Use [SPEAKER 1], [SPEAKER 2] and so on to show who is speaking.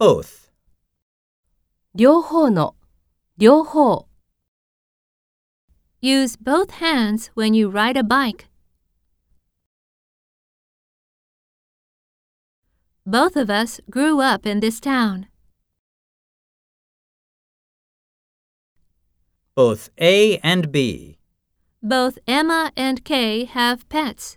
[SPEAKER 1] oath,
[SPEAKER 2] 両方の、両方、
[SPEAKER 3] Use both hands when you ride a bike. Both of us grew up in this town.
[SPEAKER 1] both A and B.
[SPEAKER 3] Both Emma and Kay have pets.